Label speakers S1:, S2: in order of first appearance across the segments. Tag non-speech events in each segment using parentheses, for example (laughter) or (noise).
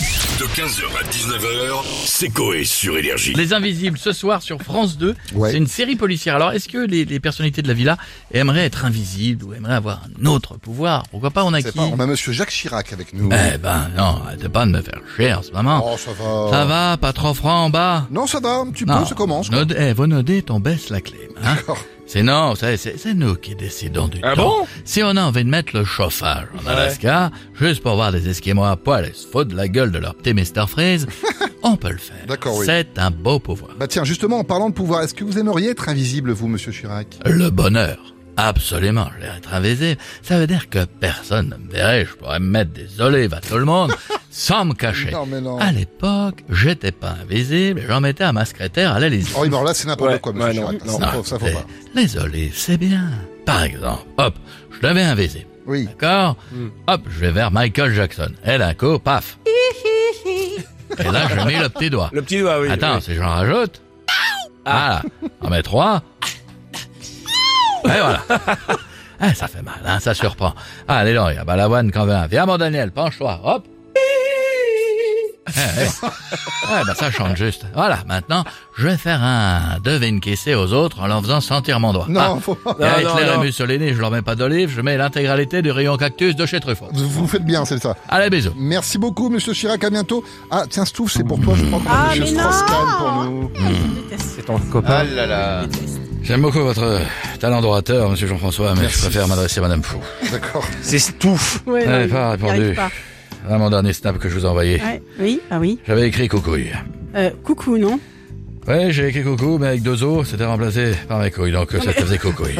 S1: De 15h à 19h, c'est Coé sur Énergie.
S2: Les Invisibles ce soir sur France 2.
S3: Ouais.
S2: C'est une série policière. Alors, est-ce que les, les personnalités de la villa aimeraient être invisibles ou aimeraient avoir un autre pouvoir Pourquoi pas on a
S3: C'est
S2: qui
S3: pas- on a Monsieur Jacques Chirac avec nous.
S2: Eh ben non, arrêtez pas de me faire chier en ce moment.
S3: Oh, ça va.
S2: Ça va, pas trop franc en bas
S3: Non, ça va, un petit peu, ça commence. quoi.
S2: Nod- eh, vous nodez, on baisse la clim. Hein
S3: D'accord.
S2: c'est non, c'est, c'est- c'est nous qui décidons du temps. si on a envie de mettre le chauffage en Alaska, juste pour voir des Esquimaux à poil et se foutre de la gueule de leur petit Mr.
S3: (laughs)
S2: Freeze, on peut le faire.
S3: D'accord, oui.
S2: C'est un beau pouvoir.
S3: Bah tiens, justement, en parlant de pouvoir, est-ce que vous aimeriez être invisible, vous, Monsieur Chirac
S2: Le bonheur. Absolument, je vais être invisible. Ça veut dire que personne ne me verrait, je pourrais me mettre des olives à tout le
S3: (laughs)
S2: monde, sans me cacher.
S3: Non, mais non.
S2: À l'époque, j'étais pas invisible, et j'en mettais un ma secrétaire à l'Élysée.
S3: Oh, oui, mais alors là, c'est n'importe
S4: Ouais,
S3: quoi, Monsieur
S4: ouais, non,
S3: Chirac.
S4: non.
S3: ça, faut, ça faut
S2: mais
S3: pas.
S2: Les olives, c'est bien. Par exemple, hop, je deviens invisible.
S3: Oui.
S2: D'accord
S4: Hmm.
S2: Hop, je vais vers Michael Jackson. Et d'un coup, paf. et là, je mets le petit doigt.
S4: Le petit doigt, oui.
S2: Attends,
S4: oui.
S2: si j'en rajoute. Ah. On met trois. Et
S4: (laughs)
S2: voilà. Ah, ça fait mal, hein, ça surprend. Ah, allez, là, il y a Balavoine quand même. Viens, mon Daniel, penche-toi. Hop. Eh, eh. Ouais, bah, ça chante juste. Voilà, maintenant, je vais faire un devine qui c'est aux autres en leur faisant sentir mon doigt.
S3: Non, faut pas.
S2: Ah, et
S4: Non,
S2: avec
S4: non,
S2: Claire
S4: non.
S2: et Mussolini, je leur mets pas d'olive, je mets l'intégralité du rayon cactus de chez Truffaut.
S3: Vous vous faites bien, c'est ça.
S2: Allez, bisous.
S3: Merci beaucoup, Monsieur Chirac. À bientôt. Ah, tiens, Stouff, c'est pour toi. Je crois qu'on a
S5: Ah,
S3: Monsieur
S5: mais non
S3: Strauss-Kahn pour nous.
S4: C'est ton copain.
S2: J'aime beaucoup votre euh, talent d'orateur, monsieur Jean-François, mais je préfère m'adresser à madame Fou.
S3: D'accord.
S4: C'est Stouff.
S5: Ouais,
S2: Elle n'avait
S5: non,
S2: pas
S5: il y arrive
S2: répondu
S5: pas.
S2: à mon dernier snap que je vous ai envoyé.
S5: Ouais, oui, ah oui.
S2: J'avais écrit coucouille.
S5: Euh, coucou, non (laughs)
S2: Ouais, j'ai écrit coucou, mais avec deux os, c'était remplacé par mes couilles, donc euh, ça faisait
S5: (laughs)
S2: coucouille.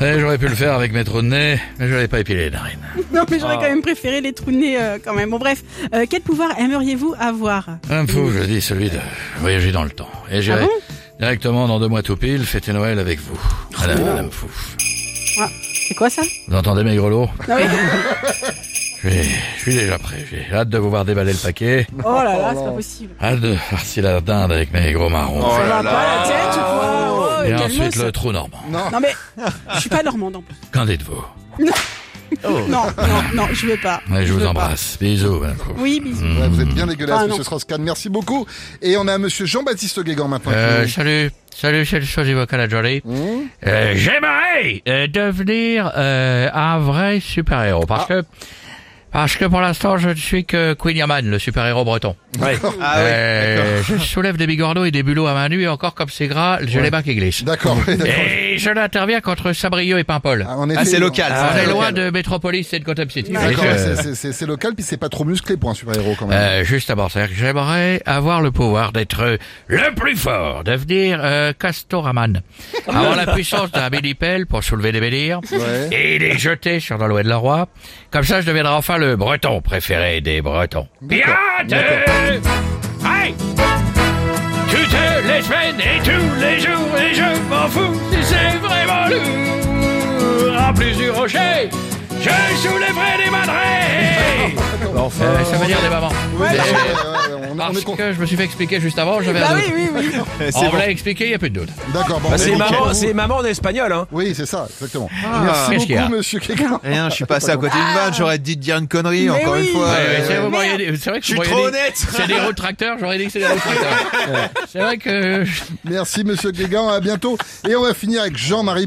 S2: Et j'aurais pu le faire avec mes trous de nez, mais je n'avais pas épilé les narines.
S5: Non, mais j'aurais
S4: Ah.
S5: quand même préféré les trous de nez euh, quand même. Bon, bref, euh, quel pouvoir aimeriez-vous avoir
S2: Madame Fou, je dis celui de voyager dans le temps. Et j'irai
S5: Ah bon
S2: directement dans deux mois tout pile fêter Noël avec vous. Madame, madame Fou.
S5: Ah, C'est quoi ça
S2: Vous entendez mes grelots
S5: Non, mais-
S2: (laughs) Je suis- je suis déjà prêt. J'ai hâte de vous voir déballer le paquet.
S5: Oh là là, c'est pas possible.
S2: Hâte de farcir la dinde avec mes gros marrons.
S5: Ça va pas Ah, la tête ou quoi Oh,
S2: Et
S5: quel
S2: ensuite
S5: mot,
S2: le trou normand.
S5: ça. Non mais, je suis pas normande en plus.
S2: Qu'en dites-vous
S5: Non, non, non, je veux pas.
S2: Oh. Ouais, Je vous
S5: veux pas.
S2: embrasse. Mmh. Bisous, madame Fou.
S5: Oui, bisous.
S3: Ouais, vous êtes bien dégueulasse,
S5: Ah, non.
S3: Monsieur Strauss-Kahn. Merci beaucoup. Et on a Monsieur Jean-Baptiste Guégan maintenant. avec
S2: Euh,
S3: nous.
S2: salut, salut, c'est le choix vocal à Jolie.
S3: Mmh.
S2: Euh, J'aimerais euh, devenir euh, un vrai super-héros parce que parce que pour l'instant je ne suis que Queen Yaman, le super-héros breton.
S4: Ouais.
S3: Ah
S2: Euh, je soulève des bigorneaux et des bulots à main nue et encore comme c'est gras, j'ai les bas qui glissent.
S3: D'accord. oui, d'accord.
S4: Eh.
S2: Et je l'interviens contre Sabrieux et Paimpol.
S3: Ah, en effet,
S6: Ah, c'est
S3: non.
S6: local.
S2: On
S6: c'est
S2: est loin
S6: local.
S2: de Metropolis et de Gotham City.
S3: D'accord,
S2: Et je-
S3: c'est- c'est- c'est c'est local, puis c'est pas trop musclé pour un super-héros quand même.
S2: Euh, juste avant, c'est-à-dire que j'aimerais avoir le pouvoir d'être le plus fort, devenir euh, Castoraman, avoir la puissance d'un Bélipel pour soulever des béliers
S3: Ouais.
S2: et les jeter sur l'Alouette de la Roi. Comme ça, je deviendrai enfin le breton préféré des bretons. Bien Hey Toutes les semaines et tous les jours, et je m'en fous si
S4: Ah.
S2: c'est vraiment lourd. En plus du rocher, je soulèverai des madrés
S4: Enfin.
S2: Euh, Ça veut dire des mamans.
S3: Ouais,
S2: Et-
S3: ouais, ouais, ouais, on- on
S2: Parce
S3: est content.
S2: que je me suis fait expliquer juste avant, j'avais
S5: Bah
S2: un
S5: oui,
S2: doute.
S5: oui, oui.
S2: On
S6: C'est
S2: me
S6: bon.
S2: l'a expliqué, il n'y a plus de doute.
S3: D'accord, bon,
S4: Bah,
S3: on est
S4: c'est
S3: nickel.
S4: maman, c'est maman en espagnol, hein.
S3: Oui, c'est ça, exactement.
S2: Qu'est-ce
S3: Merci
S2: qu'il y a
S3: beaucoup, monsieur Kéguin.
S6: Rien, je suis passé à côté d'une vanne, j'aurais dit de dire une connerie,
S5: Mais
S6: encore
S5: oui.
S6: une fois.
S5: Ouais,
S2: Ouais,
S6: Euh,
S2: ouais, c'est- vous m'auriez
S5: merde.
S2: dit- c'est vrai que
S6: Je suis
S2: vous m'auriez
S6: trop
S2: dit,
S6: honnête
S2: C'est
S3: (laughs)
S2: des retracteurs, j'aurais dit que c'est des retracteurs. C'est vrai que...
S3: Merci, monsieur Kéguin. À bientôt. Et on va finir avec Jean-Marie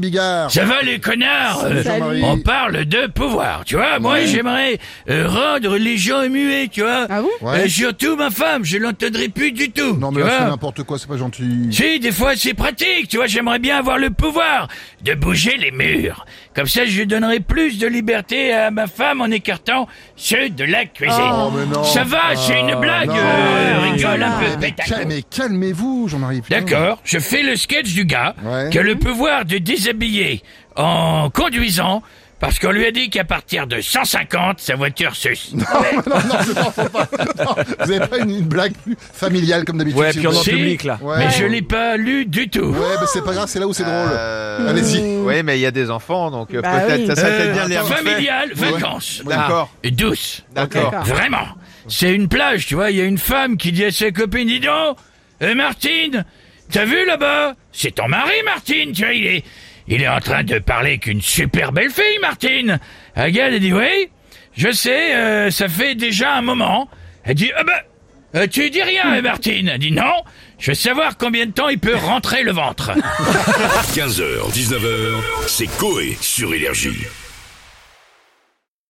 S2: (laughs)
S3: Bigard.
S2: Ça va les connards euh,
S3: Jean-Marie.
S4: Oh,
S2: On parle de pouvoir, tu vois. Moi, j'aimerais euh, rendre les gens muets, tu vois.
S5: Ah bon
S3: Ouais.
S2: Euh, surtout ma femme, je l'entendrai plus du tout.
S3: Non, mais
S2: tu
S3: là, c'est
S2: vois.
S3: n'importe quoi, c'est pas gentil.
S2: Si, des fois c'est pratique, tu vois, j'aimerais bien avoir le pouvoir de bouger les murs. Comme ça, je donnerai plus de liberté à ma femme en écartant ceux de la cuisine.
S3: Oh, mais non. Ah,
S2: Ça va, c'est une blague,
S3: non.
S2: euh,
S3: Ouais,
S2: rigole un peu,
S3: Mais,
S2: pétacle.
S3: cal- mais calmez-vous, Jean-Marie. putain.
S2: D'accord, je fais le sketch du gars
S3: Ouais.
S2: qui a le pouvoir de déshabiller en conduisant parce qu'on lui a dit qu'à partir de 150, sa voiture
S4: (laughs)
S2: suce.
S3: non, non, non, faut pas. Non, (laughs) vous avez pas une, une blague plus familiale comme d'habitude.
S4: Ouais,
S3: s'il
S4: puis on
S3: vous
S4: en
S2: Si.
S3: plaît.
S4: public, là.
S3: Ouais,
S2: Mais je l'ai pas lu du tout.
S3: Ouais, mais c'est pas grave, c'est là où c'est drôle.
S6: euh,
S3: Allez-y.
S6: Oui, mais il y a des enfants, donc euh,
S5: Bah
S6: peut-être,
S5: oui.
S6: ça serait peut-être bien de les
S2: Euh,
S6: refaire.
S2: familial,
S6: Ouais.
S2: vacances.
S6: D'accord.
S2: Et douce.
S6: D'accord.
S5: D'accord.
S2: Vraiment. C'est une plage, tu vois. Il y a une femme qui dit à sa copine, dis donc, euh, Martine, t'as vu là-bas C'est ton mari, Martine, tu vois, il est, il est en train de parler qu'une super belle fille, Martine. La gars, elle dit, oui, je sais, euh, ça fait déjà un moment
S4: Elle dit, ah ben, euh, tu dis rien, hein, Martine. Elle dit, non, je veux savoir combien de temps il peut rentrer le ventre.
S1: 15h, 19h, c'est Coé sur Énergie.